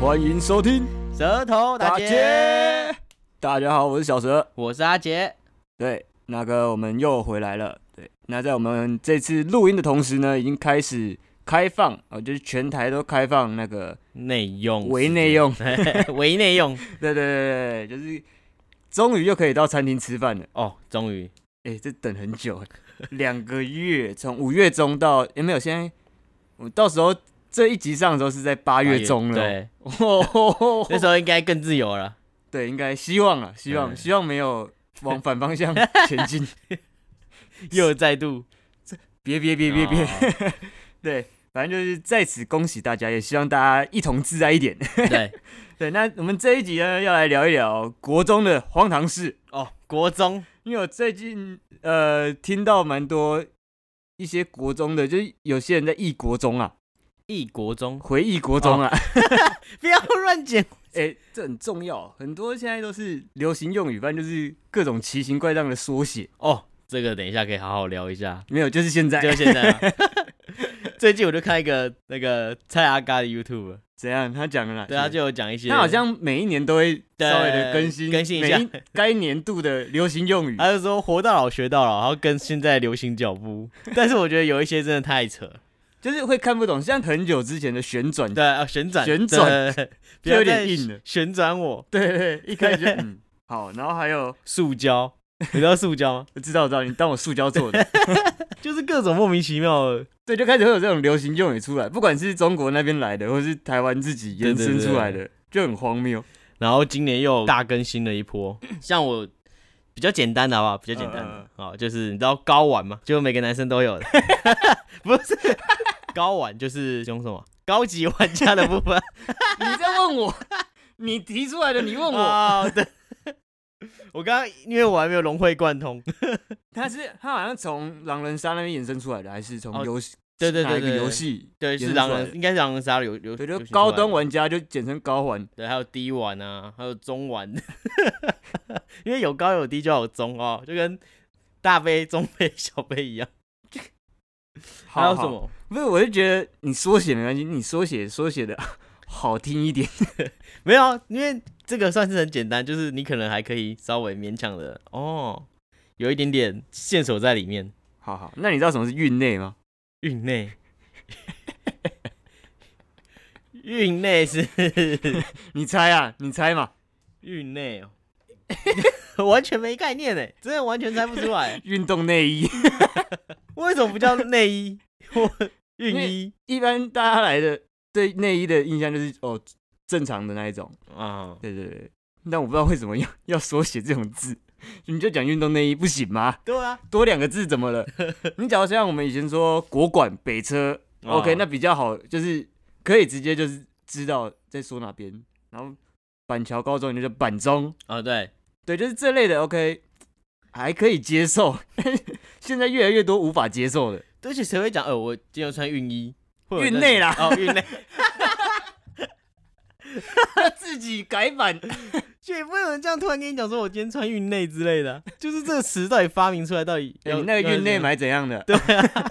欢迎收听舌头打结。大家好，我是小蛇。我是阿杰。对，那个我们又回来了。对，那在我们这次录音的同时呢，已经开始开放哦、就是全台都开放那个内用，围内，用。 围内用。对对对对，对就是终于又可以到餐厅吃饭了。哦，终于哎、这等很久，两个月，从五月中到哎、没有，现在我到时候这一集上的时候是在八八啊月中了。 对，哦， 那时候应该更自由了。对，应该希望啊，希望嗯希望没有往反方 向前进。又再度，别别别别别，哦 对，反正就是在此恭喜大家，也希望大家一同自爱一点。 对，对，那我们这一集呢，要来聊一聊国中的荒唐事，哦，国中，因为我最近呃听到蛮多一些国中的，就是有些人在忆国中啊，一国中，回忆国中啊，哦不要乱讲。 哎、这很重要，哦很多现在都是流行用语，反正就是各种奇形怪状的缩写，哦，这个等一下可以好好聊一下。没有，就是现在就现在啊。最近我就看一个那个蔡阿嘎的 YouTube， 怎样，他讲了哪些？对啊他就有讲一些，他啊好像每一年都会对稍微的更新更新一下每该年度的流行用语。他就说活到老学到老，然后跟现在流行脚步。但是我觉得有一些真的太扯了，就是会看不懂，像很久之前的旋转， 对啊，旋转旋转， 对对对不就要有点再硬了旋转我对对对，一开始就嗯好，然后还有塑胶，你知道塑胶吗？ 知道知道，你当我塑胶做的，就是各种莫名其妙的，对，就开始会有这种流行用语出来，不管是中国那边来的，或是台湾自己延伸出来的，就很荒谬。然后今年又大更新了一波，像我。比较简单的好不好？比较简单嗯嗯的，哦，就是你知道睾丸吗？就每个男生都有的， 不是 睾丸就是用什么高级玩家的部分， 你在问我， 你提出来的，你问我，哦， 对，我刚刚因为我还没有融会贯通，他是他好像从狼人杀那边延伸出来的，还是从哦游戏对对哪对一个对，游戏？对衍是生狼出来人，的应该是狼人杀流流，对，流就行出高来端的，玩家就简称高玩，对，还有低玩啊，还有中玩， 因为有高有低就要有中哦，就跟大杯、 中杯、小杯一样。还有好什？好么？不是，我就觉得你缩写没关系，你缩写缩写的 好听一点。没有啊，因为这个算是很简单，就是你可能还可以稍微勉强的哦，有一点点线索在里面。好好，那你知道什么是运内吗？运内，运内是你猜啊，你猜嘛。运内哦， 完全没概念哎，真的完全猜不出来。欸运动内衣， 为什么不叫内衣或运衣一般大家来的对内衣的印象就是哦，正常的那一种。啊？对对对，但我不知道为什么要 要缩写这种字，你就讲运动内衣不行吗？对啊，多两个字怎么了？你假如像我们以前说国馆北车、哦 o k 那比较好，就是可以直接就是知道在说哪边，然后板桥高中你就叫板中，哦对，对，就是这类的 OK，还可以接受。 现在越来越多无法接受的，而且谁会讲？呃，我今天穿运衣，会有运那内种啦哦，运内，自己改版。就也不会有人这样突然跟你讲说，我今天穿运内之类的啊，就是这个词到底发明出来，到底哎要你那个运内，买怎样 的？对，要是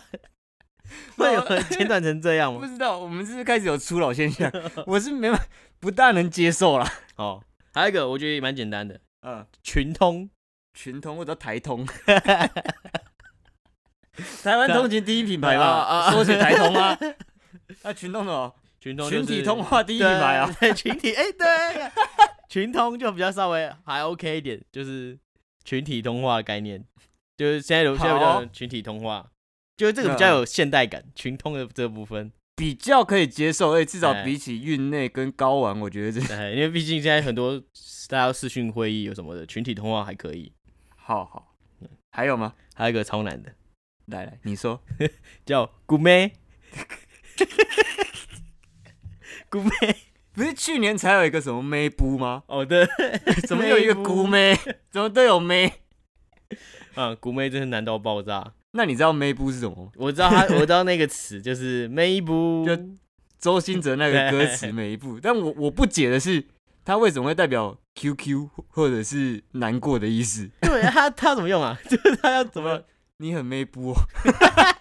会有人简短成这 样不吗？知道，我们是不是开始有初老现 象？我是没办不大能接受啦。哦，还有一个我觉得也蛮简单的，嗯，群通， 群通或者 台通，台湾通勤第一品牌啊嘛，啊缩写台通啊。 那群通什么？群通、群体通话第一一品牌啊。， 对群体，哎、对，群通就比较稍微还 OK 一点，就是群体通话的概念，就是现在有好现在比较有群体通话，就是这个比较有现代感，群通的这部分，比较可以接受，哎，至少哎比起运内跟高玩，我觉得这 对，哎因为毕竟现在很多大家视讯会议有什么的，群体通话还可以。好好。还有吗？还有一个超难的来来，你说。叫古妹， 古妹，不是去年才有一个什么妹布 吗？哦对， 怎么有一个姑妹？ 怎么都有妹？啊，古妹真是难到爆炸。那你知道妹布是什么吗？我知道他，我知道那个词就是 妹不，就周兴哲那个歌词 对每一部，但我我不解的是，它为什么会代表 QQ 或者是难过的意思？对啊他他怎么用啊？ 就是他要 怎么你很妹布、哦？啊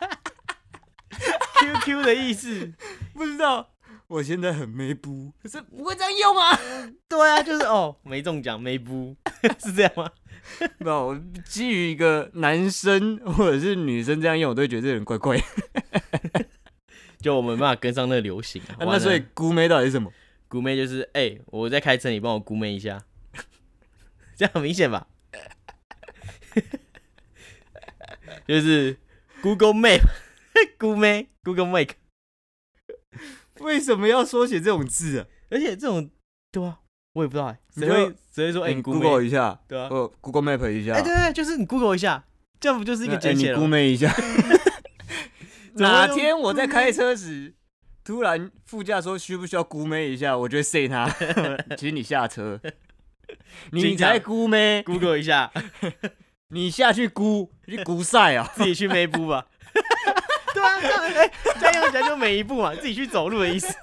QQ 的意思？不知道，我现在很没不，可是不会这样用啊。 对啊，就是哦，没中奖没不， 是这样吗？没有，我基于一个男生或者是女生这样用，我都会觉得这人怪怪的。就我们没办法跟上那个流行、啊啊那所以姑妹到底是什么？姑妹就是哎、我在开车，你帮我姑妹一下， 这样很明显吧？ 就是 Google Map，姑 妹 Google Map，为什么要缩写这种字啊？而且这种对啊，我也不知道哎、你谁会就谁会说哎、你姑妹 Google 一下，对啊，呃，Google Map 一下，哎、对对对，就是你 Google 一下，这样不就是一个那哎简写你了姑吗？妹一 下。怎么哪会用天我在开车时， 突然副驾说需不需要姑妹一下，我就会 say 他， 其实你下 车，你紧张才姑妹， Google 一下，你下去姑，你去姑赛啊。自己去每一步吧。 对啊，这样哎，这样用起来就每一步嘛，自己去走路的意思。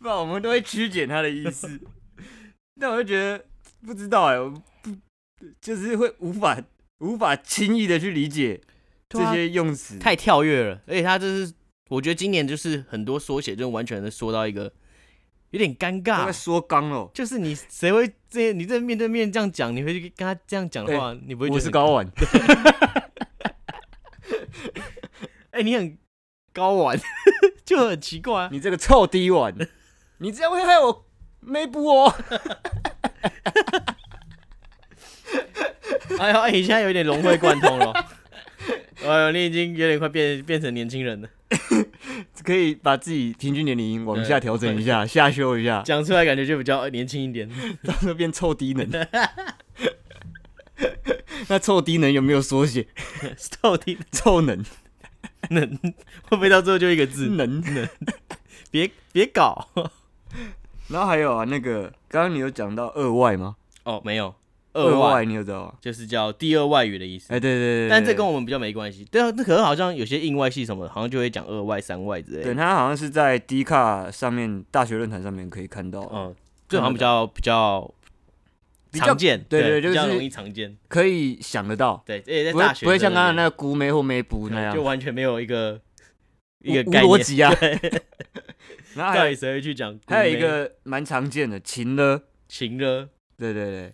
不然我们都会曲解他的意思。 但我就觉得不知道哎、我不就是会无法无法轻易的去理解这对啊些用词。太跳跃了，而且他这是我觉得今年就是很多缩写，就完全的缩到一个有点尴他会尬，说刚哦了，就是你谁会这你这面对面这样讲，你会去跟他这样讲的话，你不会觉得我是很高玩，哎、你很高玩， 就很奇怪、啊。你这个臭低玩，你这样会害我没补哦。哎呦，哎、你现在有点融会贯通了， 哎呦，你已经有点快变变成年轻人了，可以把自己平均年龄往下调整一下，下修一下，讲出来感觉就比较年轻一点。 到时候变臭低能。 那臭低能有没有缩写？到底臭能能会不会到最后就一个字？能。别别搞然后还有啊，那个刚刚你有讲到二外吗？哦，没有二二外你有知道吗？就是叫第二外语的意思。哎、对对对，但这对跟我们比较没关系。对啊，那可能好像有些印外系什么，好像就会讲二外、三外之类对的。他好像是在 D 卡上面大学论坛上面可以看到，嗯，这好像比较比较比较常见，对对对，就比较是容易常见。可以想得到，对，而且在不会大学不会像刚刚生那个姑妹或妹补对那样就完全没有一个无一个无概逻念。辑啊。 然后到还底有谁会去讲？还有一个蛮常见的情勒，情勒、对对对，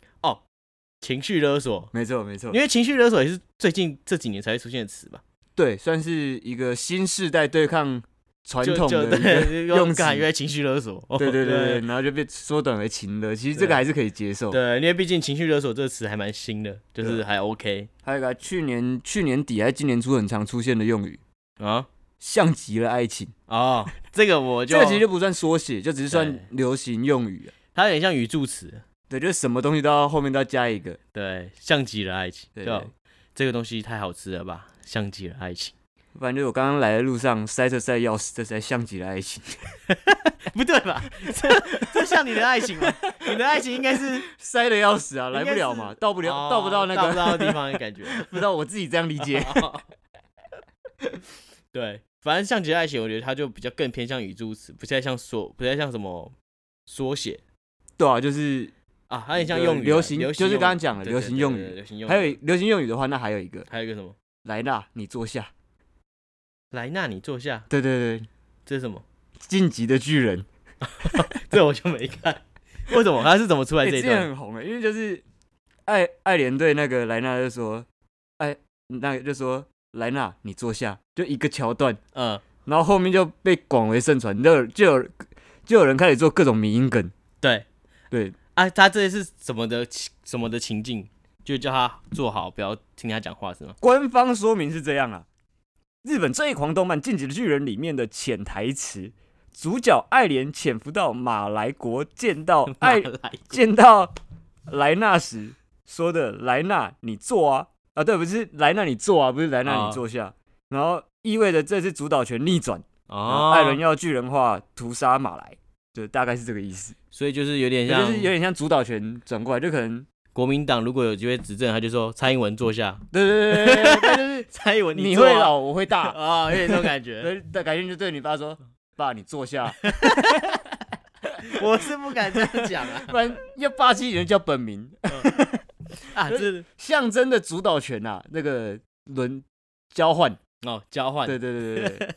情绪勒索，没错没错因，为情绪勒索也是最近这几年才会出现的词吧？对，算是一个新时代对抗传就统就的一个。对，用词感觉情绪勒索。哦对对对对，然后就被缩短为情勒，其实这个对还是可以接受。对，因为毕竟情绪勒索这个词还蛮新的，就是还 OK 还有一个去年去年底还是今年初很常出现的用语，啊。像极了爱情。哦，这个我就这个其实就不算缩写，就只是算对流行用语、啊。它有点像语助词，对，就是什么东西都要后面都要加一个。对，像极了爱情，对吧对这个东西太好吃了吧，像极了爱 情，不然就是我刚刚来的路上塞车塞钥匙，这才像极了爱情。不对吧？这这像你的 爱情吗？你的爱情应该是塞的要死啊，来应不该了是嘛，到不了，哦到不到那到哦不个，到的地方的 感觉。不知道我自己这样理解。对，反正像极了爱情，我觉得它就比较更偏向语助词，不太像缩，不太像什么缩写 对啊，就是啊，它很像用语嗯啊，流行流行就是用语刚刚讲的对流对行对用对语对流行用语，还有流行用语的话，那还有一个还有一个什么？来啦，你坐下。莱纳，你坐下，对对对，这是什么？晋级的巨人， 这我就没看，为什么？它是怎么出来欸这一之前段？很红诶、因为就是爱爱莲对那个莱纳就说，爱那个就说莱纳你坐下，就一个桥段。嗯。然后后面就被广为盛传，就有就有就有人开始做各种迷因梗。对对，啊，他这是什么的情什么的情境，就叫他做好，不要听他讲话，是吗？官方说明是这样啊。日本最狂动漫《进击的巨人》里面的潜台词，主角爱莲潜伏到马来国，见到爱 来见到莱纳时说的“莱纳，你坐啊”，啊，对，不是莱纳你坐啊，不是莱纳哦你坐下。然后意味着这次主导权逆转，然后哦，艾伦要巨人化屠杀马来，对，大概是这个意思。所以就是有点也就像是有点像主导权转过来，就可能国民党如果有机会执政，他就说蔡英文坐下， 对对对对对，哎就是蔡英文你坐啊会老我会大，啊，有点这种感觉。对，改天就对你爸说，爸你坐下，我是不敢这样 讲啊不然要霸气一点就叫本名，啊，这象征的主导权啊，那个轮交换，哦交换对对对对对，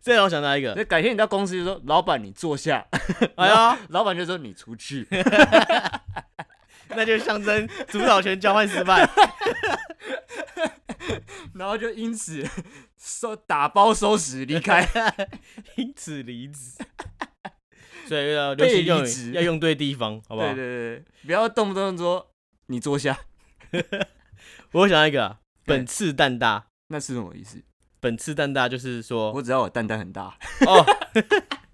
这让我想到一个，那改天你到公司就说，老板你坐下，哎呀，老板就说你出去，那就象征主导权交换失败。然后就因此收打包收拾离开。 因此离职。所以要流行用被离职语要用对地方，好不好？对对对，对不要动不动说你坐下，我想到一个啊，对本次蛋大，那是什么意思？本次蛋大就是说，我只要我蛋蛋很大，哦，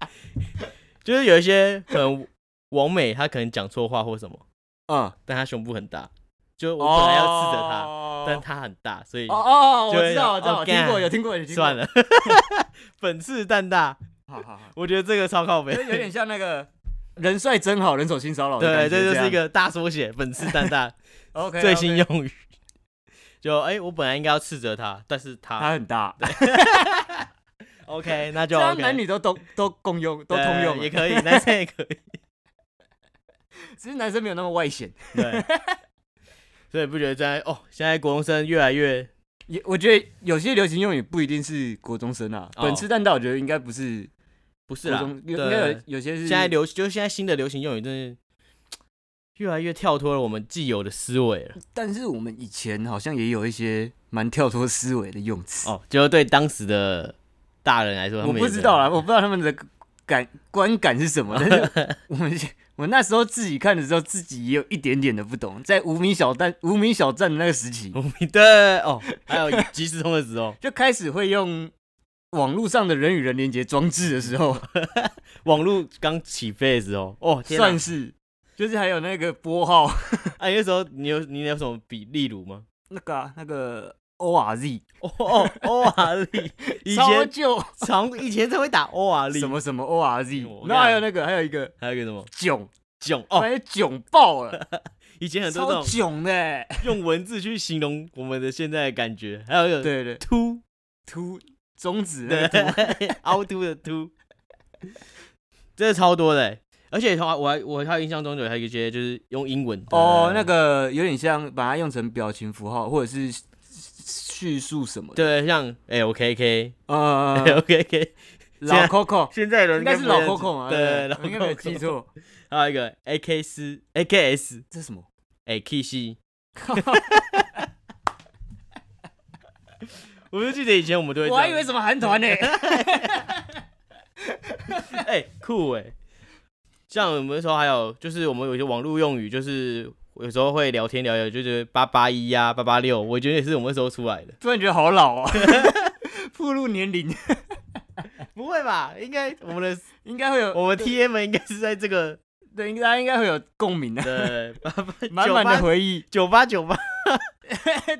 就是有一些可能王美她可能讲错话或什么，嗯，但她胸部很大，就我本来要斥责她，但哦她很大，所以哦哦，我就会知道，我知道，哦我听过，干有听过，有听过。 算，了。 本次蛋大，好好好，我觉得这个超靠就北，有点像那个 人帅真好，人手性骚扰的对，感觉样。这就是一个大缩写，本次 蛋大 OK 最新用语。 就哎、我本来应该要斥责她，但是她他很 大， OK，那就这样 OK，男女都都都共用，都对通用，也可以，男生也可 以。只是男生没有那么外显。对，所以不觉得现在哦，现在国中生越来越也我觉得有些流行用语不一定是国中生啊，哦本次蛋大我觉得应该不是不是国啦，中，应对该有有些是现在流就是现在新的流行用语，真是越来越跳脱了我们既有的思维 了。但是我们以前好像也有一些蛮跳脱思维的用 词，哦，就对当时的大人来说，他我们不也知是道啦，我不知道他们的感观感是什么，但是 我们我那时候自己看的时候，自己也有一点点的不懂，在无名小站无名小站的那个时期我，们 对哦，还有即时通的时 候，就开始会用网络上的人与人连接装置的时候，网络刚起飞的时候，哦， 天算哪！是就是还有那个拨号 哎、那时候你有你有什么比例如吗？那个啊、那个 O R Z，哦 哦哦啊力，以超前旧常以前才会打哦啊力什，么什么 O R Z，我跟你然后还有那个还有一个还有一个什么囧，囧哦，反正囧爆了， 以前很多这超种囧 的欸、用文字去形容我们的现在的感觉，还有一个对对， 凸，凸中指那 对个 凸，，凹凸的凸，真的超多的欸。而且我还我还有印象中有还有一些就是用英文的哦，那个有点像把它用成表情符号或者是叙述什么的。对，像哎我 K K 呃，我 K K，老 Coco 现在的人应该是不会老认识 Coco 嘛？对，我应该没有记错。错。还有一个 A K 斯 A K S 这是什么？ A K C，我就记得以前我们都会这我样，还以为什么韩团呢？哎、酷哎、像我们那时候还有，就是我们有一些网络用语，就是有时候会聊天聊聊，就是八八一呀、八八六，我觉得也是我们那时候出来的。突然觉得好老啊，步入年龄，不会吧？应该我们的应该会有我们 T M 应该是在这个 对，应该大家应该会有共鸣的，对八八满满的回回忆。九八九八，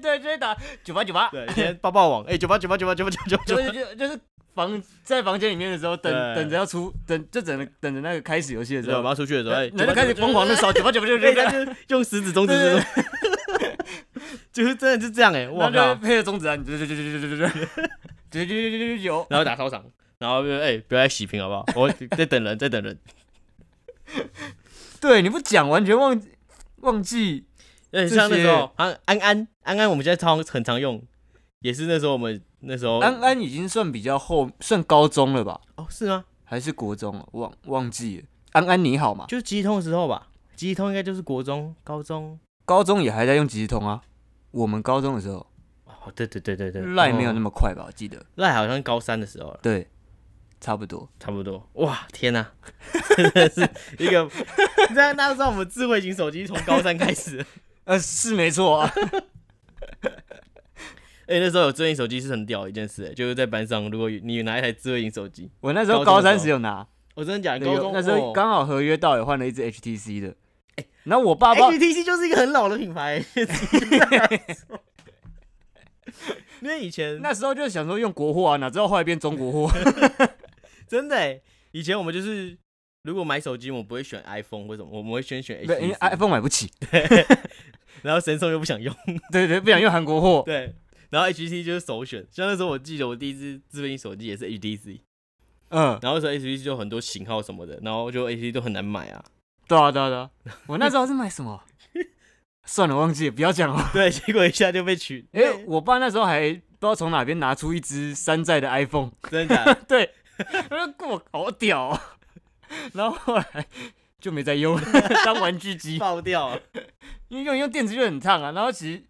对，就是打九八九八，对，以前抱抱网，哎、九八九八九八九八九就九是就就是房在房间里面的时候，等对等着要出，等就等着等着那个开始游戏的时对，我候们，要出去的时候，哎、然后就开始疯狂的扫九八九八九对，八他。哎就用食指、中指、对指，就是真的是这样哎、然我后就靠会！配着中指啊，你就就就就就就就就就就就就有，然后打操场，然后就哎、不要再洗屏好不好？我在等人，在等人。对，你不讲完全忘记忘记，对，这像那时些候安安安安安，我们现在超很常用，也是那时候我们那时候安安已经算比较后，算高中了吧，哦是吗？还是国中了？啊忘忘记了。安安你好嘛，就是记忆通的时候吧，记忆通应该就是国中、高中。高中也还在用即时通啊。我们高中的时候，哦，对对对对哦对，赖没有那么么快吧？我记得，赖，好像高三的时候了，对，差不多。差不多。哇，天 哪、真的是一个，你知道那时候我们智慧型手机从高三开始了， 呃，是没错啊。哎、那时候有智慧型手机是很屌的一件事、就是在班上，如果你拿一台智慧型手机，我那时候高中高的时候三时有拿，我、真的假的？对高有中那时候哦哎刚好合约到，也换了一只 HTC 的。然后我爸爸 HTC 就是一个很老的 品牌，因为以前那时候就想说用国货啊，哪知道后来变中国 货。真的、欸，以前我们就是如果买手机，我们不会选 iPhone，为什么？我们会先选对，因为 HTC， iPhone 买不起，然后神送又不想用， 对对，不想用韩国货。对，然后 HTC 就是首选。像那时候我记得我第一支智慧型手机也是 HTC，嗯，然后那时候 HTC 就很多型号什么的，然后就 HTC 都很难买 啊。对啊对啊对啊，我那时候是买什 么？算了，忘记了，不要讲了。对，结果一下就被取，因为我爸那时候还不知道从哪边拿出一只山寨的 iPhone， 真的假的？对，我说过好屌、哦，然后后来就没再用了， 当玩具机，爆掉了。因为用一用电池就很烫啊。然后其实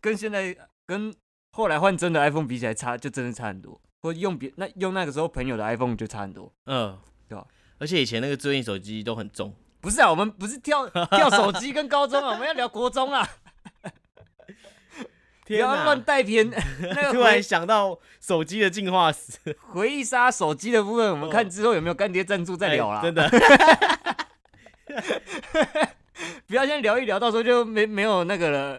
跟现在跟后来换真的 iPhone 比起来差，就真的差很多。或用别那用那个时候朋友的 iPhone 就差很多。嗯，对啊而且以前那个智能手机都很重，不是啊，我们不是 跳跳手机跟高中啊，我们要聊国中啊，不天要哪！乱带偏。 那 突个回然想到手机的进化史，回忆杀手机的部分，我们哦看之后有没有干爹赞助 再聊啦。哎真的， 不要先聊一聊，到时候就没没有那个了。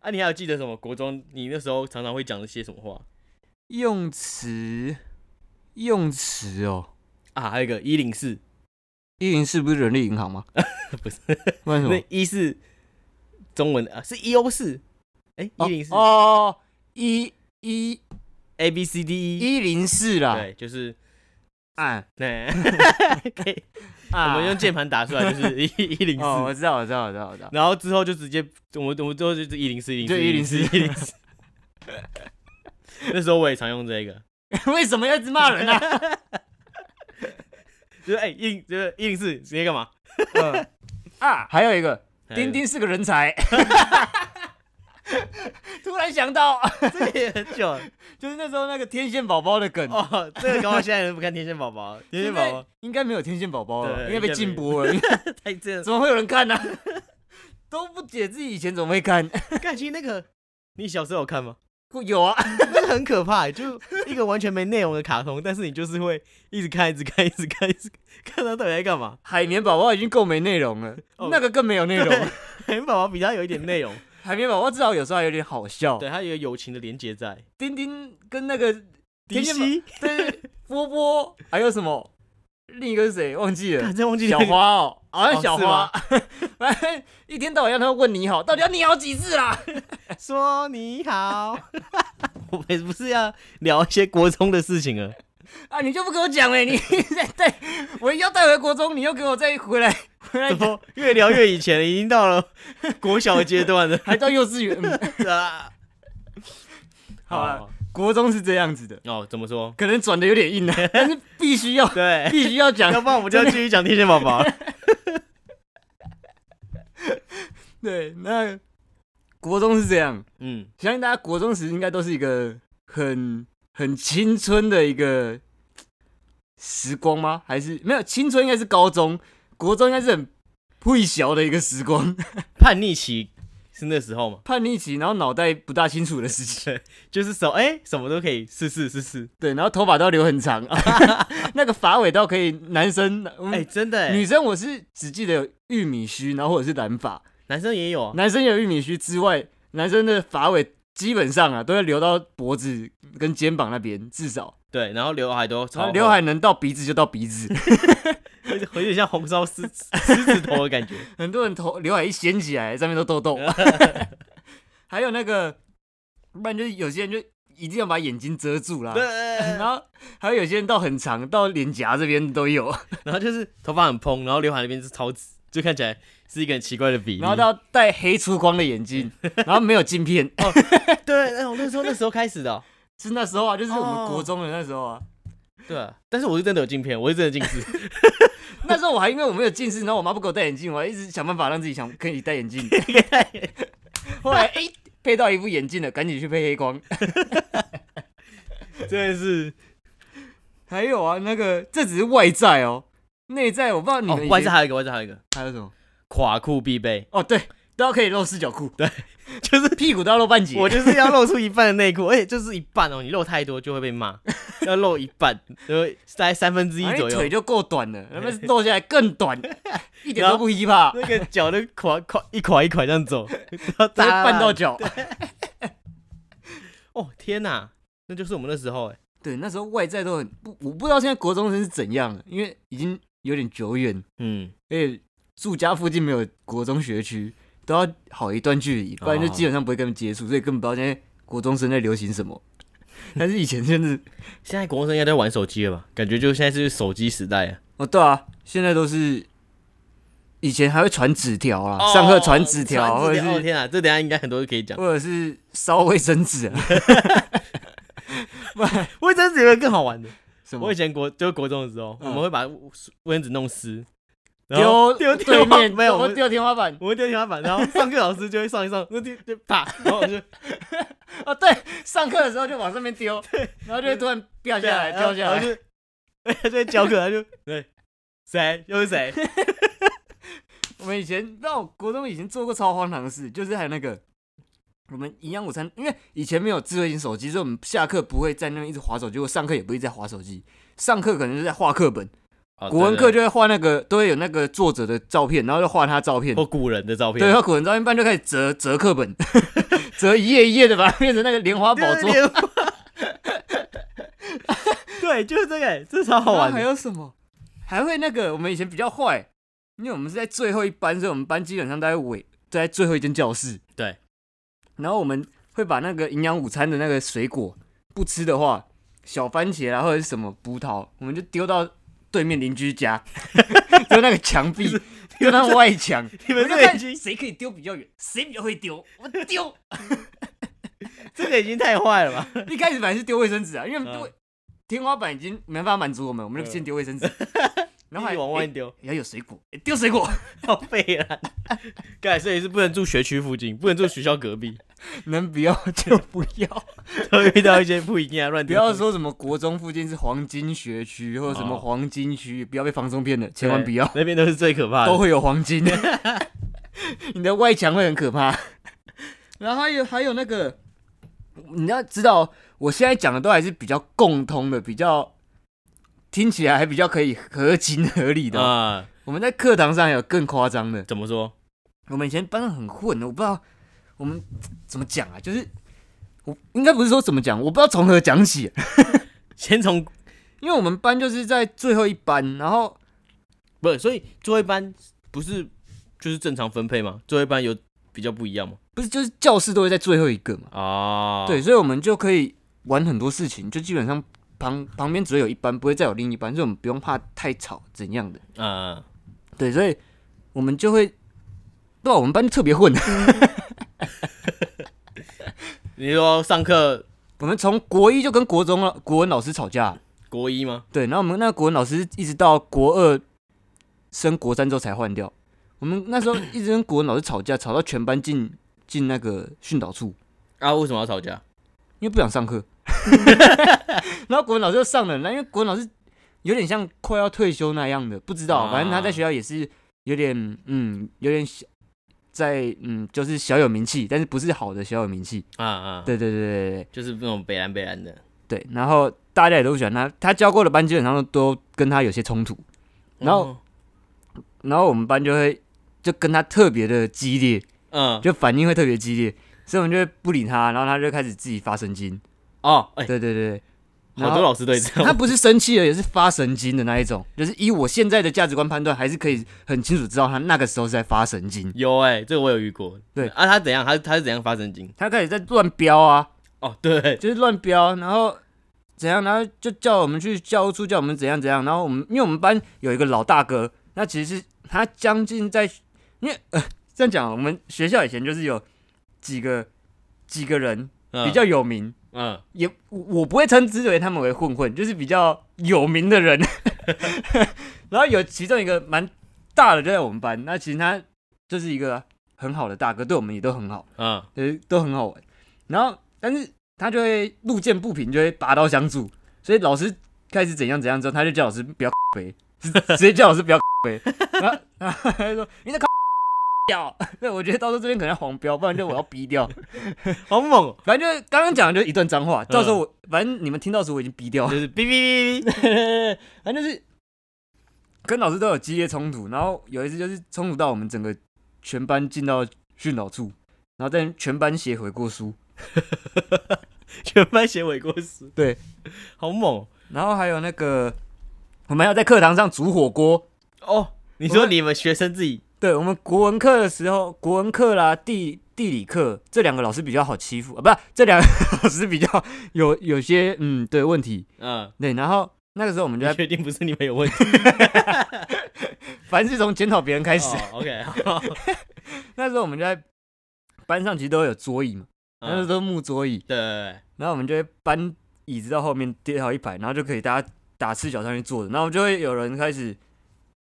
啊，你还有记得什么？国中你那时候常常会讲的些什么话 用词，用词哦，啊？还有一个一零四，一零四不是人力银行 吗？不是，为什么那？一是中文的啊，是一欧四，哎，一零四哦哦，一一 A B C D E，一啊零四啦，对，就是按那 可以，我啊，们用键盘打出来就 是一一零哦，四，我知道，我知道，我知道，我知道。然后之后就直接我们我们之后就是一零四一零就四104一 零四，那时候我也常用这个， 为什么要一直骂人啊？就是哎一就是一零四直接干嘛？ 嗯啊，还有一个，丁叮叮，丁是个人才。 突然想到，这个也很久了就是那时候那个天线宝宝的梗，哦，这个搞不好现在人不看天线宝宝，天线现宝在宝应该没有天线宝宝了，对应该被应该没禁播了。太真 了。 怎么会有人看呢、都不解自己以前怎么会看？ 看，其实那个你小时候有看吗？有啊，那个很可怕，欸就一个完全没内容的卡通，但是你就是会一直看，一直看，一直看，一直看看他到底在干嘛。海绵宝宝已经够没内容了，哦那个更没有内 容。海绵宝宝比他有一点内容，海绵宝宝至少有时候还有点好笑。对他有友情的连接在。丁丁跟那个迪天线西，对波波，还有什么？另一个是谁？忘记 了看。真忘记小那个，花哦，好像哦小花， 反正一天到晚让他问你好，到底要你好几次啦？说你好。 我们不是要聊一些国中的事情了？啊，你就不给我讲哎、你 再带我要带回国中，你又给我再回来回来怎，么越聊越以前了？已经到了国小的阶段了 还到幼稚 园。嗯啊！好啊了，国中是这样子的，哦，怎么说？可能转的有点硬了、 啊，但是必须要对，必须要讲 要。不然我们就要继续讲天线宝宝。对，那国中是这样， 嗯，相信大家国中时应该都是一个很很青春的一个时光吗？还是没有青春应该是高中，国中应该是很会小的一个时光， 叛逆期是那时候嘛，叛逆期，然后脑袋不大清楚的事情。就是什哎、什么都可以试试试试。对，然后头发都要留很长， 那个发尾到可以男生，哎、哎、真的哎、女生我是只记得有玉米须，然后或者是染发。男生也有啊。男生有玉米须之外，男生的发尾基本上啊都会留到脖子跟肩膀那边，至少对，然后刘海都然超厚后啊刘海能到鼻子就到鼻 子。有 点有点像红烧狮子狮子头的 感觉。很多人头刘海一掀起来，上面都痘 痘。还有那个，不然就是有些人就一定要把眼睛遮住啦对，。 然然后后还有有些人到很长，到脸颊这边都有，然后就是头发很蓬，然后刘海那边是超直，就看起来是一个很奇怪的比例。然后到戴黑粗框的眼 镜，然后没有镜片，对，那我那时候那时候开始的哦、 是那时候啊，就是我们哦国中的那时候啊。对啊，但是我是真的有镜片，我是真的近 视。那时候我还因为我没有近视，然后我妈不给我戴眼镜，我还一直想办法让自己想可以戴眼 镜。 后来哎、配到一副眼镜了，赶紧去配黑框。真的是还有啊，那个这只是外在哦，内在我不知道你哦们、，外在还有一个，外在还有一个还有什么？垮裤必备， 哦，对，都要可以露四角裤，就是屁股都要露半截。我就是要露出一半的内裤，而且就是一半哦，你露太多就会 被骂，要露一半，就大概三分之一反正左啊哎腿右。就够短 了，那么露下来更短，一点都然后不稀 怕，那个脚都垮垮一垮一垮这样 走，然后直接扎绊到脚。哦天哪，那就是我们那时候哎，对，那时候外在都很不，我不知道现在国中生是怎样的，因为已经有点久远，嗯，而且住家附近没有国中学区，都要好一段距离，不哦然就基本上不会跟他们接触，所以根本不知道现在国中生在流行什么。但是以前真的，现在国中生应该都在玩手机了吧？感觉就现在是手机时代啊，哦，对啊，现在都是以前还会传纸条啦，哦上课传纸条，或者传纸条哦是天哪，这等一下应该很多都可以讲，或者是 烧卫生纸啊，卫生纸有更好玩的，什么我以？前国就是国中的时候，嗯我们会把卫生纸弄湿，然后丢丢对天花面，没有，我我们丢天花板。我们丢天花板，然后上课老师就会上一上， 那就就 啪，然后我就哦，对，上课的时候就往上面 丢，然后就会突然掉下来，掉下啊然后来。就， 哎，他就在教课，他就对，谁又是谁？我们以前，那我国中以前做过超荒唐的事，就是还有那个我们营养午餐，因为以前没有智慧型手机，所以我们下课不会在那边一直划手机，我上课也不会在划手机，上课可能是在画课本， 哦古文课就会画那个，都会有那个作者的照片，然后就画他照片或，古人的照片， 对，，画古文照片，不然就开始折折课本， 折一页一页的，把它变成那个莲花宝座。莲花 对，就是这个，这超然好后玩还的。有什么？还会那个，我们以前比较坏，因为我们是在最后一班，所以我们班基本上都在尾，都在最后一间教室。对。然后我们会把那个营养午餐的那个水果不吃的话，小番茄啊或者是什么葡萄，我们就丢到对面邻居 家，丢那个墙壁，丢那外 墙。我你们就这个看已经，谁可以丢比较远，谁比较会丢，我丢。这个已经太坏了吧？一开始本来是丢卫生纸啊，因为嗯丢天花板已经没办法满足我们，我们就先丢卫 生纸，然后一还直往诶外丢，也要有水果，欸丢水果， 好废了。盖，所以是不能住学区附近，不能住学校隔 壁， 能不要 就不要，会遇到一些不一样乱不丢。要说什么国中附近是黄金学区或者什么哦黄金区，不要被房中骗了，对千万不 要，那边都是最可怕的。都会有黄 金，你的外墙会很可怕。 然后还有还有那个，你要知道，我现在讲的都还是比较共通的，比较听起来还比较可以合情合理的哦。啊，我们在课堂上还有更夸张的，怎么说？我们以前班上很混，我不知道我们怎么讲啊，就是我应该不是说怎么讲，我不知道从何讲起，先从因为我们班就是在最后一班，然后不是，所以座位班不是就是正常分配吗？座位班有比较不一样吗？不是就是教室都会在最后一个嘛，哦，啊对，，所以我们就可以玩很多事情，就基本上旁旁边只会有一班，不会再有另一班，所以我们不用怕太吵怎样的，啊、对，所以我们就会，对啊，我们班就特别混， 你说上课我们从国一就跟国中了国文老师吵架，国一吗？对，然后我们那个国文老师一直到国二升国三之后才换掉。我们那时候一直跟国文老师吵架，吵到全班进进那个训导处，啊，为什么要吵架？因为不想上课。 然后国文老师就上了，那因为国文老师有点像快要退休那样的，不知道，啊反正他在学校也是有点嗯，有点小在嗯，就是小有名气，但是不是好的小有名气。啊啊，，对对对对对就是那种北蓝北蓝的。对对。然后大家也都不喜欢他，他教过的班基本上都跟他有些冲突。然后哦，然后我们班就会就跟他特别的激烈，嗯，就反应会特别激烈，所以我们就会不理他，然后他就开始自己发神经。哦，哎、对对对，然好后多老师都会这他样。不是生气了，也是发神经的那一种，就是以我现在的价值观判断，还是可以很清楚知道他那个时候是在发神经。 有哎、这个我有遇过。对啊，他怎样？他他是怎样发神经？他开始在乱飙啊，哦，对，就是乱飙，然后怎样，然后就叫我们去教务处，叫我们怎样怎样，然后我们因为我们班有一个老大哥，那其实是他将近在，因为呃这样讲，我们学校以前就是有几个几个人嗯、比较有名，嗯，也我我不会称之为他们为混混，就是比较有名的人， 然后有其中一个蛮大的就在我们班，那其实他就是一个很好的大哥，对我们也都很好。嗯就是都很好玩。然后，但是他就会路见不平，就会拔刀相助。所以老师开始怎样怎样之后，他就叫老师不要 回，直接叫老师不要 回。然后，然后他就说：“你在 掉。”对， 我觉得到时候这边可能要黄标，不然就我要逼掉。 好猛、哦，反正就是刚刚讲的就是一段脏话，到时候我反正你们听到的时候我已经逼掉了就。是哔哔哔哔哔。 反正就是跟老师都有激烈冲突，然后有一次就是冲突到我们整个全班进到训导处，然后在全班写悔过书。 全班写伪过时，对，好猛哦然后还有那个，我们要在课堂上煮火锅。哦！你说你们学生自己对我们国文课的时候，国文课啦、地地理课这两个老师比较好欺负啊，不是这两个老师比较有 有些嗯对问题。嗯，对，然后那个时候我们就你在，确定不是你们有问题？凡是从检讨别人开开始。哦 OK，好， 嗯那时候我们就在班上其实都有桌椅嘛，那时候嗯都是木桌椅，对对对，然后我们就会搬椅子到后面叠好一排，然后就可以大家打赤脚上去坐着，然后就会有人开始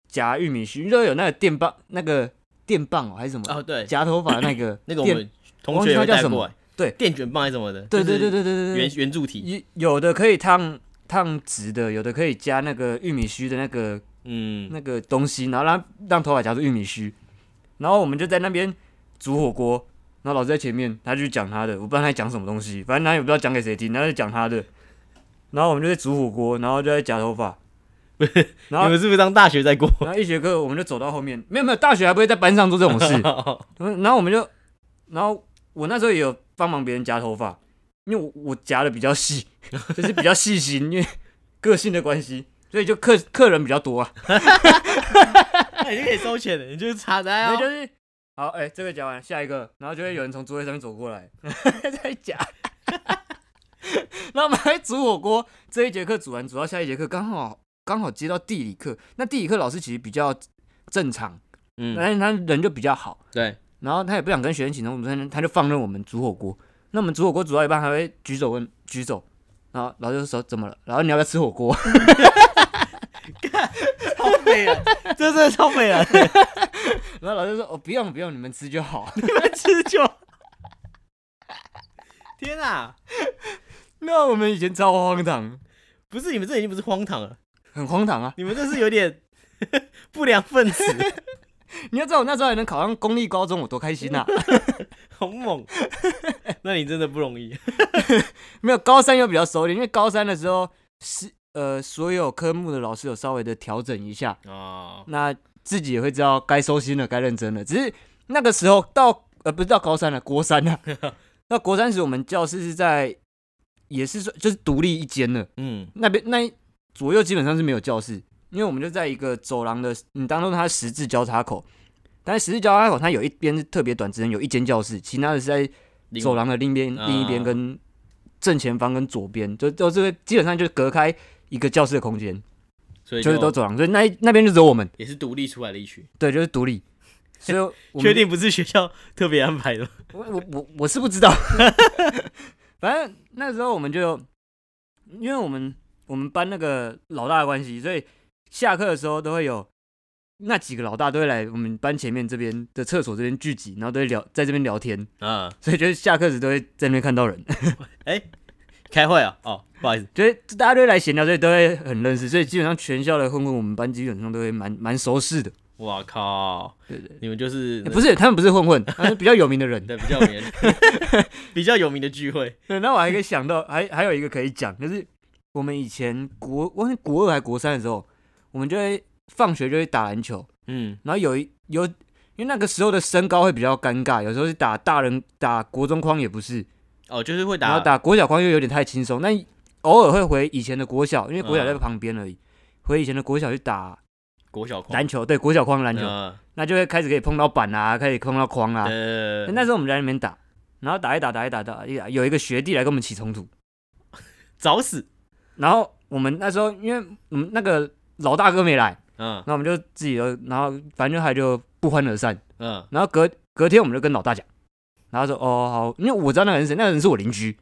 夹玉米须，就会有那个电棒，那个电棒哦还是什么，哦，对，夹头发的那个 那个我电们同学有忘记它叫带什么过来，对电卷棒还是什么的，对对对就是对对对对圆圆柱体，有有的可以烫烫直的，有的可以加那个玉米须的那个嗯，那个东西，然后让让头发夹住玉米须，然后我们就在那边煮火锅，然后老师在前面，他就讲他的，我不知道他在讲什么东西，反正他也不知道讲给谁听，他就讲他的，然后我们就在煮火锅，然后就在夹头 发，然你后们是不是当大学 在过？然后一节课我们就走到后面，没有没有，大学还不会在班上做这种事，嗯然后我们就，然后我那时候也有帮忙别人夹头发，因为我我夹的比较细， 就是比较细心，因为个性的关系，所以就客客人比较多啊。那你就可以收钱了，你就是插单所以啊就。是好，哎、这个夹完，下一个，然后就会有人从桌位上面走过来， 在夹。然后我们还煮火锅，这一节课煮完，煮到下一节课，刚好刚好接到地理课。那地理课老师其实比较正常，嗯，但是他人就比较好，对，然后他也不想跟学生起冲突，他他就放任我们煮火锅。那我们煮火锅煮到一半，还会举手问举手，然后老师就说怎么了？然后你要不要吃火锅？ 超美啊，这真的超美啊，然后老师说哦不用不用，你们吃就好。吃酒。天啊，那我们以前超荒唐，不是你们这已经不是荒唐了，很荒唐啊！你们这是有点不良分子， 你要知道我那时候还能考上公立高中，我多开心啊！好猛。那你真的不容易。没有高三又比较熟练，因为高三的时候是呃所有科目的老师有稍微的调整一下，哦，那自己也会知道该收心了，该认真了。只是那个时候到呃不是到高三了，国三 了。那国三时我们教室是在也是说就是独立一间的，嗯，那边那一左右基本上是没有教室，因为我们就在一个走廊的，你当做它十字交叉口。但是十字交叉口它有一边是特别短，只能有一间教室，其他的是在走廊的另一边、啊另一边跟正前方跟左边，就就这个基本上就隔开一个教室的空间，所以就是就都走廊，所以那一那边就只有我们，也是独立出来的一群，对，就是独立。所以我们确定不是学校特别安排的吗。我我我我是不知道， 反正那时候我们就，因为我们我们班那个老大的关系，所以下课的时候都会有那几个老大都会来我们班前面这边的厕所这边聚集，然后都会聊在这边聊天，啊，所以就是下课时都会在那边看到人， 开会啊？哦，不好意思，就是大家都会来闲聊，所以都会很认识，所以基本上全校的混混我们班基本上都会蛮蛮熟识的，我靠，对对你们哎就是不是他们不是混混，他们是比较有名的人。对比较有名的， 比较有名的聚会，对，那我还可以想到，还还有一个可以讲，就是我们以前国，我是国二还国三的时候，我们就会放学就会打篮球，嗯，然后有一有，因为那个时候的身高会比较尴尬，有时候是打大人打国中框也不是，哦，就是会然打后打国小框又有点太轻松，那偶尔会回以前的国小，因为国小在嗯旁边而已，回以前的国小去打国小框篮球，对，国小框篮球，嗯那就会开始可以碰到板啊，开始碰到框啊，呃，那时候我们在那边打，然后打一打打一打打一打，有一个学弟来跟我们起冲突。找死，然后我们那时候因为我们那个老大哥没来，嗯那我们就自己就，然后反正就还就不欢而散。嗯，然后隔隔天我们就跟老大讲，然后说哦好，因为我知道那个人是谁，那个人是我邻居，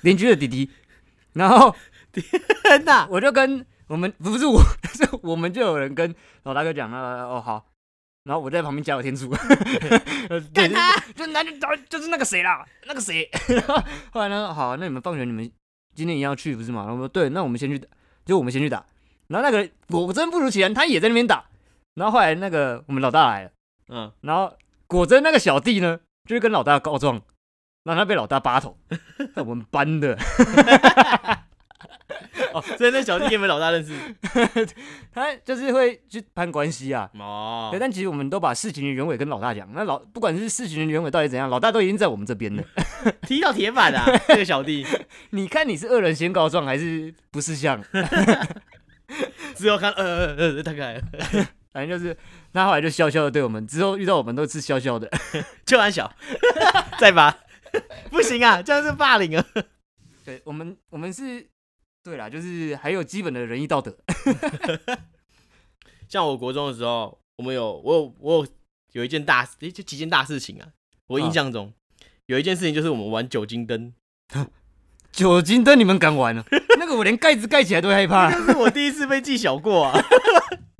邻居的弟弟。然后 天哪，我就跟我们不是我， 是我们就有人跟老大哥讲了哦好，然后我在旁边加油添 醋，对，干就他，就那就就是那个谁啦，那个谁。 然后后来呢，好，那你们放学你们今天一样去不是吗？然后我说对，那我们先去打，就我们先去打。然后那个人果真不如其然，他也在那边打。然后后来那个我们老大来了，嗯，然后果真那个小弟呢，就是跟老大告状，然后他被老大巴 头，在我们班 的，哦，所以那小弟跟你们老大认识，他就是会去攀关系啊。哦对，，但其实我们都把事情的原委跟老大讲，那老不管是事情的原委到底怎样，老大都已经在我们这 边了。踢到铁板啊，这个小弟你看你是恶人先告状还是不识相？只有看，呃呃呃呃，大概反正就是他后来就笑笑的对我们，之后遇到我们都是笑笑的。就安小， 再拔，不行啊，这样是霸凌啊， 对我们，我们是，对啦，就是还有基本的仁义道德。像我国中的时候，我们有我有我有有一件大事，诶，就嗯 几件大事情啊。我印象中、有一件事情就是我们玩酒精灯，酒精灯你们敢 玩了、啊那个我连盖子盖起来都会害怕。但是我第一次被记小过啊，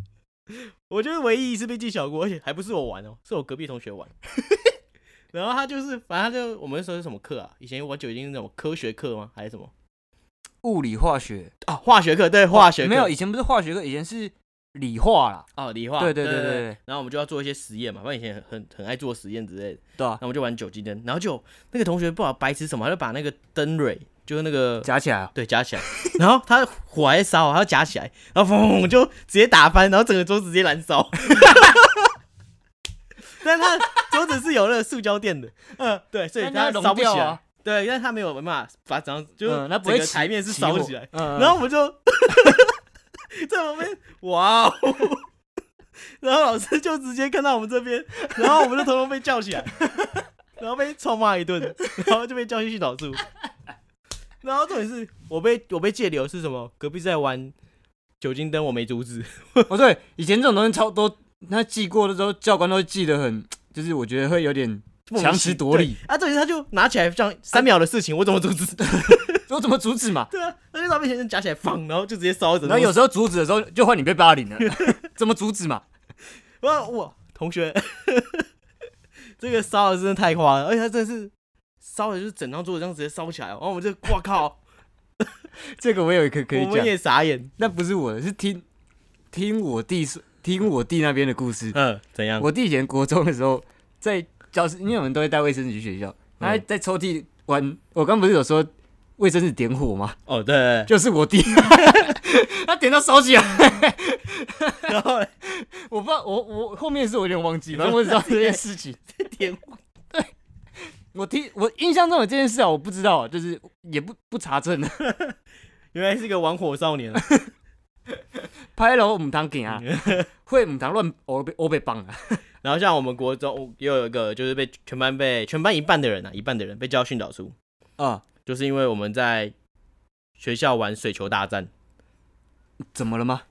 我就是唯一一次被记小过，而且还不是我玩哦，是我隔壁同学玩。 然后他就是，反正他就我们那时候是什么课啊？以前玩酒精是那种科学课吗？还是什么物理化学，啊？化学课对，化学哦课、没有，以前不是化学课，以前是理化啦。哦，理化对对对对对对然后我们就要做一些实验嘛，反正以前很很很爱做实验之类的。对啊然，后我们就玩酒精灯，然后就那个同学不知道白痴什么，他就把那个灯蕊，就是那个夹起来啊，对夹起来，然后他火还在烧，他要夹起来，然后砰就直接打翻，然后整个桌子直接燃烧。 但他桌子是有那个塑胶垫的，嗯，对，所以那他它烧不起融掉来啊。对，但是他没有办法把整张就是嗯那不整会个起台面是起烧火起来，嗯然后我们就 在旁边，哇哦！ 然后老师就直接看到我们这边，然后我们就统统被叫起来， 然后被臭骂一顿，然后就被叫去训导处。然后重点是我被我被借流是什么？隔壁在玩酒精灯，我没阻止。哦对，以前这种东西超多，那记过的时候教官都会记得很，就是我觉得会有点强词夺理，对啊！重点是他就拿起来这样三秒的事情，我怎么阻止？我怎么阻 止嘛？对啊，他就在面前夹起来放，然后就直接烧着。然后有时候阻止的时候，就换你被霸凌 了，怎么阻止嘛？哇哇，同学， 这个烧的真的太夸张了，而且他真的是烧的，就是整张桌子这样直接烧起来哦，然后我们就哇 靠，这个我有一个可以我们讲，也傻眼。那不是我的，是听听我弟说，听我弟那边的故事。嗯，怎样？我弟以前国中的时候，在教室，因为我们都会带卫生纸去学校，他嗯还在抽屉玩。我刚不是有说卫生纸点火吗？ 哦对，对就是我弟， 他点到烧起来。对 然后嘞我不知道，我我后面是我有点忘记，反正我只知道这件事情。 点我听我印象中有这件事啊，我不知道，就是也不不查证。原来是个玩火少年啊， 拍了母堂给啊，嗯 会母堂乱我被我被棒啊，然后像我们国中又有一个就是被全班被全班一半的人啊，一半的人被叫训导处，啊，就是因为我们在学校玩水球大 战，怎么了吗？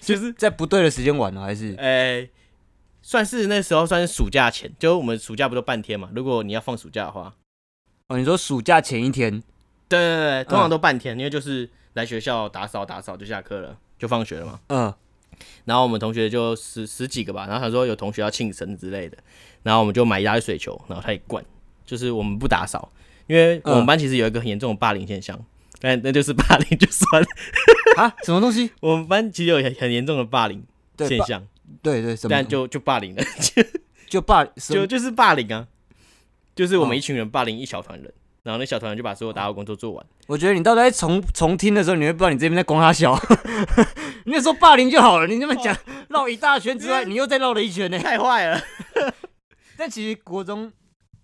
就是在不对的时间玩了还是？诶、算是那时候算是暑假前，就我们暑假不都半天嘛？如果你要放暑假的话，哦，你说暑假前一天，对对对，通常都半天，因为就是来学校打扫打扫就下课了，就放学了嘛。嗯，然后我们同学就十十几个吧，然后他说有同学要庆生之类的，然后我们就买一大堆水球，然后他也灌，就是我们不打扫，因为我们班其实有一个很严重的霸凌现象，但那就是霸凌就算了， 啊，什么东西？我们班其实有很很严重的霸凌对现霸象，对对，什么？但就就霸凌了，就霸就就就是霸凌啊，就是我们哦一群人霸凌一小团人，然后那小团人就把所有打扫工作做完。我觉得你到底在重重听的时候，你会不知道你这边在攻他小， 你那时候霸凌就好了，你那么讲绕一大圈之外，你又再绕了一圈呢。太坏了，但其实国中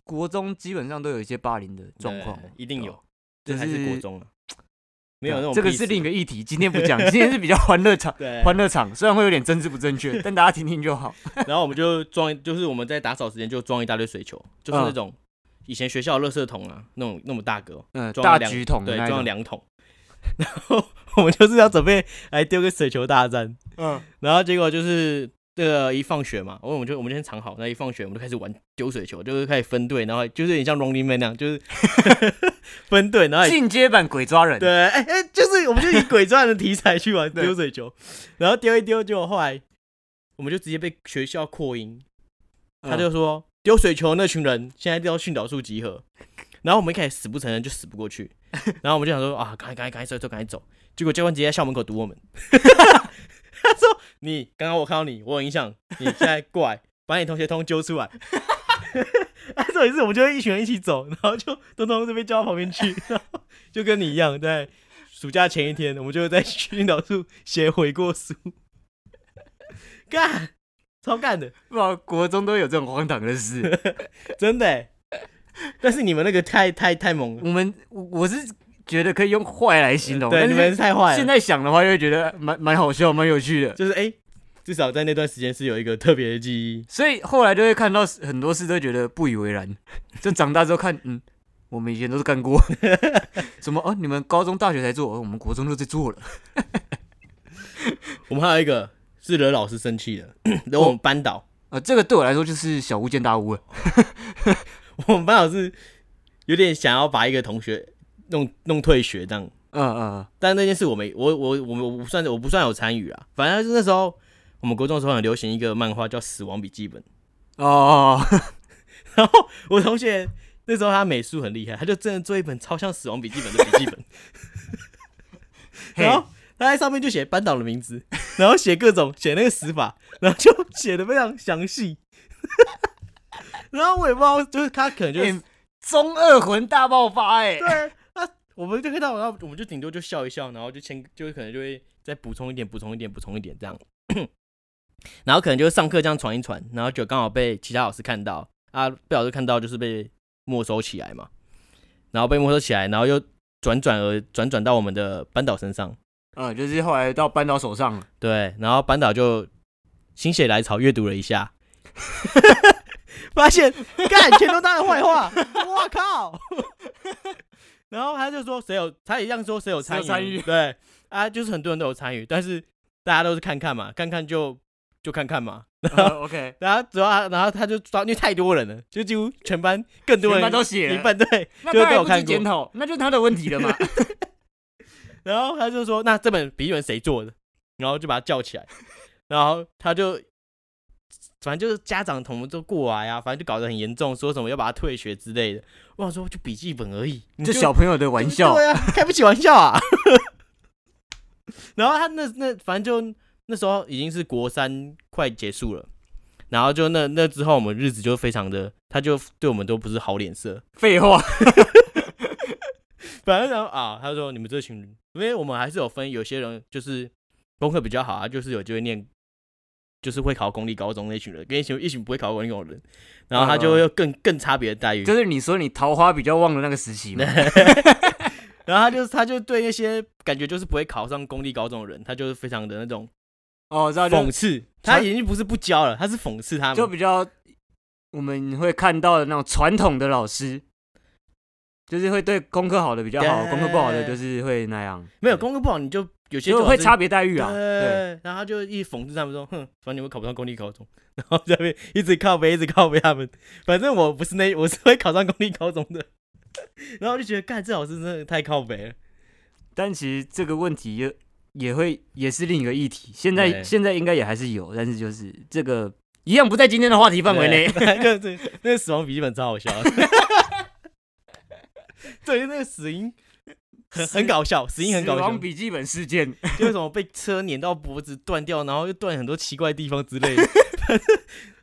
国中基本上都有一些霸凌的状况对，一定有，对这啊，还就是啊国中啊，没有那种这个屁是事另一个议题，今天不讲， 今天是比较欢乐场。对。 欢乐场虽然会有点政治不正 确，但大家听听就好。然后我们就装，就是我们在打扫时间就装一大堆水球，就是嗯那种以前学校的垃圾桶啊，那种那么大个，嗯，装了大两橘桶的对，那装种，了两桶。 然后我们就是要准备来丢个水球大战，嗯，然后结果就是这个一放学嘛，我们就我们就先藏好，那一放学我们就开始玩丢水球，就是开始分队，然后就是有点像 Running Man 那样，就是 分队，然后也进阶版鬼抓人，哎对，哎、哎、就是我 们就以鬼传的题材去玩对丢水球，然后丢一丢，结果后来我们就直接被学校扩音，嗯，他就说丢水球那群人现在都要训导处集合，然后我们一开始死不承认，就死不过去，然后我们就想说啊，赶快赶快赶快走走赶快走，结果教官直接在校门口堵我们，他说你刚刚我看到你，我有印象，你现在过来把你同学通揪出来。啊，重点是我们就会一群人一起走，然后就通通就被叫到旁边去，然后就跟你一样，在暑假前一天，我们就在训导处写悔过书，干，超干的。不知道国中都有这种荒唐的事。 真的欸。但是你们那个太太太猛了，我们我我是觉得可以用坏来形容，嗯对，但你是们太坏现了。在想的话，就会觉得蛮蛮好笑，蛮有趣的。哎就是哎、欸至少在那段时间是有一个特别的记忆。所以后来就会看到很多事都觉得不以为然， 就长大之后看，嗯，我们以前都是干过， 什么哦，你们高中、大学才做，哦我们国中都在做了。我们还有一个是惹老师生气的， 惹我们班导。呃，这个对我来说就是小巫见大巫了。我们班导是有点想要把一个同学弄弄退学这样。嗯嗯但那件事我没，我我我我不算我不算有参与啊。反正就是那时候我们国中的时候很流行一个漫画叫《死亡笔记本》，嗯哦，然后我同学那时候他美术很厉害，他就真的做一本超像《死亡笔记本》的笔记本，嘿然后他在上面就写班导的名字，然后写各种写那个死法，然后就写的非常详细。 然后我也不知道，就是他可能就是、欸中二魂大爆发哎、对，那我们就看到，然后我们就顶多就笑一笑，然后就签，就可能就会再补充一点，补充一点，补充一点这样。 然后可能就是上课这样传一传，然后就刚好被其他老师看到啊，被老师看到就是被没收起来嘛，然后被没收起来，然后又转转而转转到我们的班导身上，嗯，就是后来到班导手 上了，对，然后班导就心血来潮阅读了 一下，发现干全都他的坏话，我靠！ 然后他就说谁有，他一样说谁有参与，谁有参与对啊，就是很多人都有参与，但是大家都是看看嘛，看看就就看看嘛。呃、OK，然后主要他然后他就抓，因为太多人了，就几乎全班更多全人班都写一了，半对，那就他被还我不看去过检讨，那就是他的问题 了嘛。然后他就说：“那这本笔记本谁做的？”然后就把他叫起来，然后他就反正就是家长同都过来啊，反正就搞得很严重，说什么要把他退学之类的。我想说，就笔记本而已，你这小朋友的玩笑，对啊，开不起玩笑啊。 然后他那那反正就那时候已经是国三快结束了，然后就那那之后我们日子就非常的，他就对我们都不是好脸色，废话，反正然后啊，他说你们这群人，因为我们还是有分，有些人就是功课比较好啊，就是有机会念，就是会考公立高中那群人，跟一群一群不会考公立高中的人，然后他就会有更更差别的待遇。就是你说你桃花比较旺的那个时期 嘛。然后他就他就对那些感觉就是不会考上公立高中的人，他就是非常的那种哦，我知道就讽刺，他已经不是不教了，他是讽刺他就们。比较我们会看到的那种传统的老师，就是会对功课好的比较好，对功课不好的就是会那样，没有功课不好，你就有些就老会师差别待遇对，啊。对，然后他就一直讽刺他们说，哼，反正你们考不上公立高中， 然后在那边一直靠背，一直靠背他们。反正我不是那，我是会考上公立高中的。 然后我就觉得，干这老师真的太靠背了。但其实这个问题也也会也是另一个议题，现在对现在应该也还是有，但是就是这个一样不在今天的话题范围内。对， 就是那个死亡笔记本超好笑 的。对，那个死因很很搞笑，死因很搞死笑亡，笔记本事件，就是什么被车碾到脖子断掉，然后又断很多奇怪地方 之类的。反正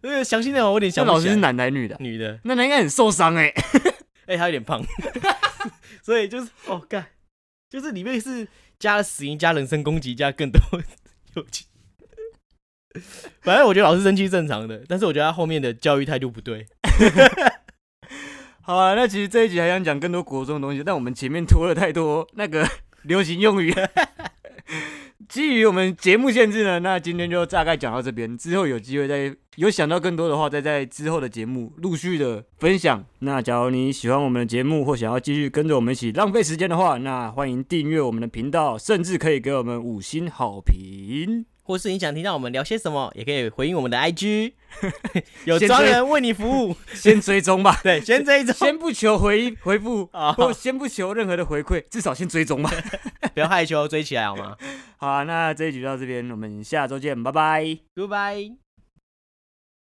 那个详细内容我有点这想老不起师是来。男的还是女的啊？女的，那他应该很受伤哎、哎、他有点胖， 所以就是哦，干，就是里面是加了死因、加人身攻击、加更多有趣。反正我觉得老师生气正常的，但是我觉得他后面的教育态度不对。好啊，那其实这一集还想讲更多国中的东西，但我们前面拖了太多那个 流行用语。 基于我们节目限制呢，那今天就大概讲到这边。之后有机会再有想到更多的话，再在之后的节目陆续的分享。那假如你喜欢我们的节目，或想要继续跟着我们一起浪费时间的话，那欢迎订阅我们的频道，甚至可以给我们五星好评。或是你想听到我们聊些什么，也可以回应我们的 IG，有先专追人为你服务。先追踪吧，对，先这一种先不 求回回复，啊，或先不求任何的回馈，至少先追踪吧。不要害羞，追起来好吗好啊、那这一局到这边，我们下周见，拜拜。 ？Goodbye。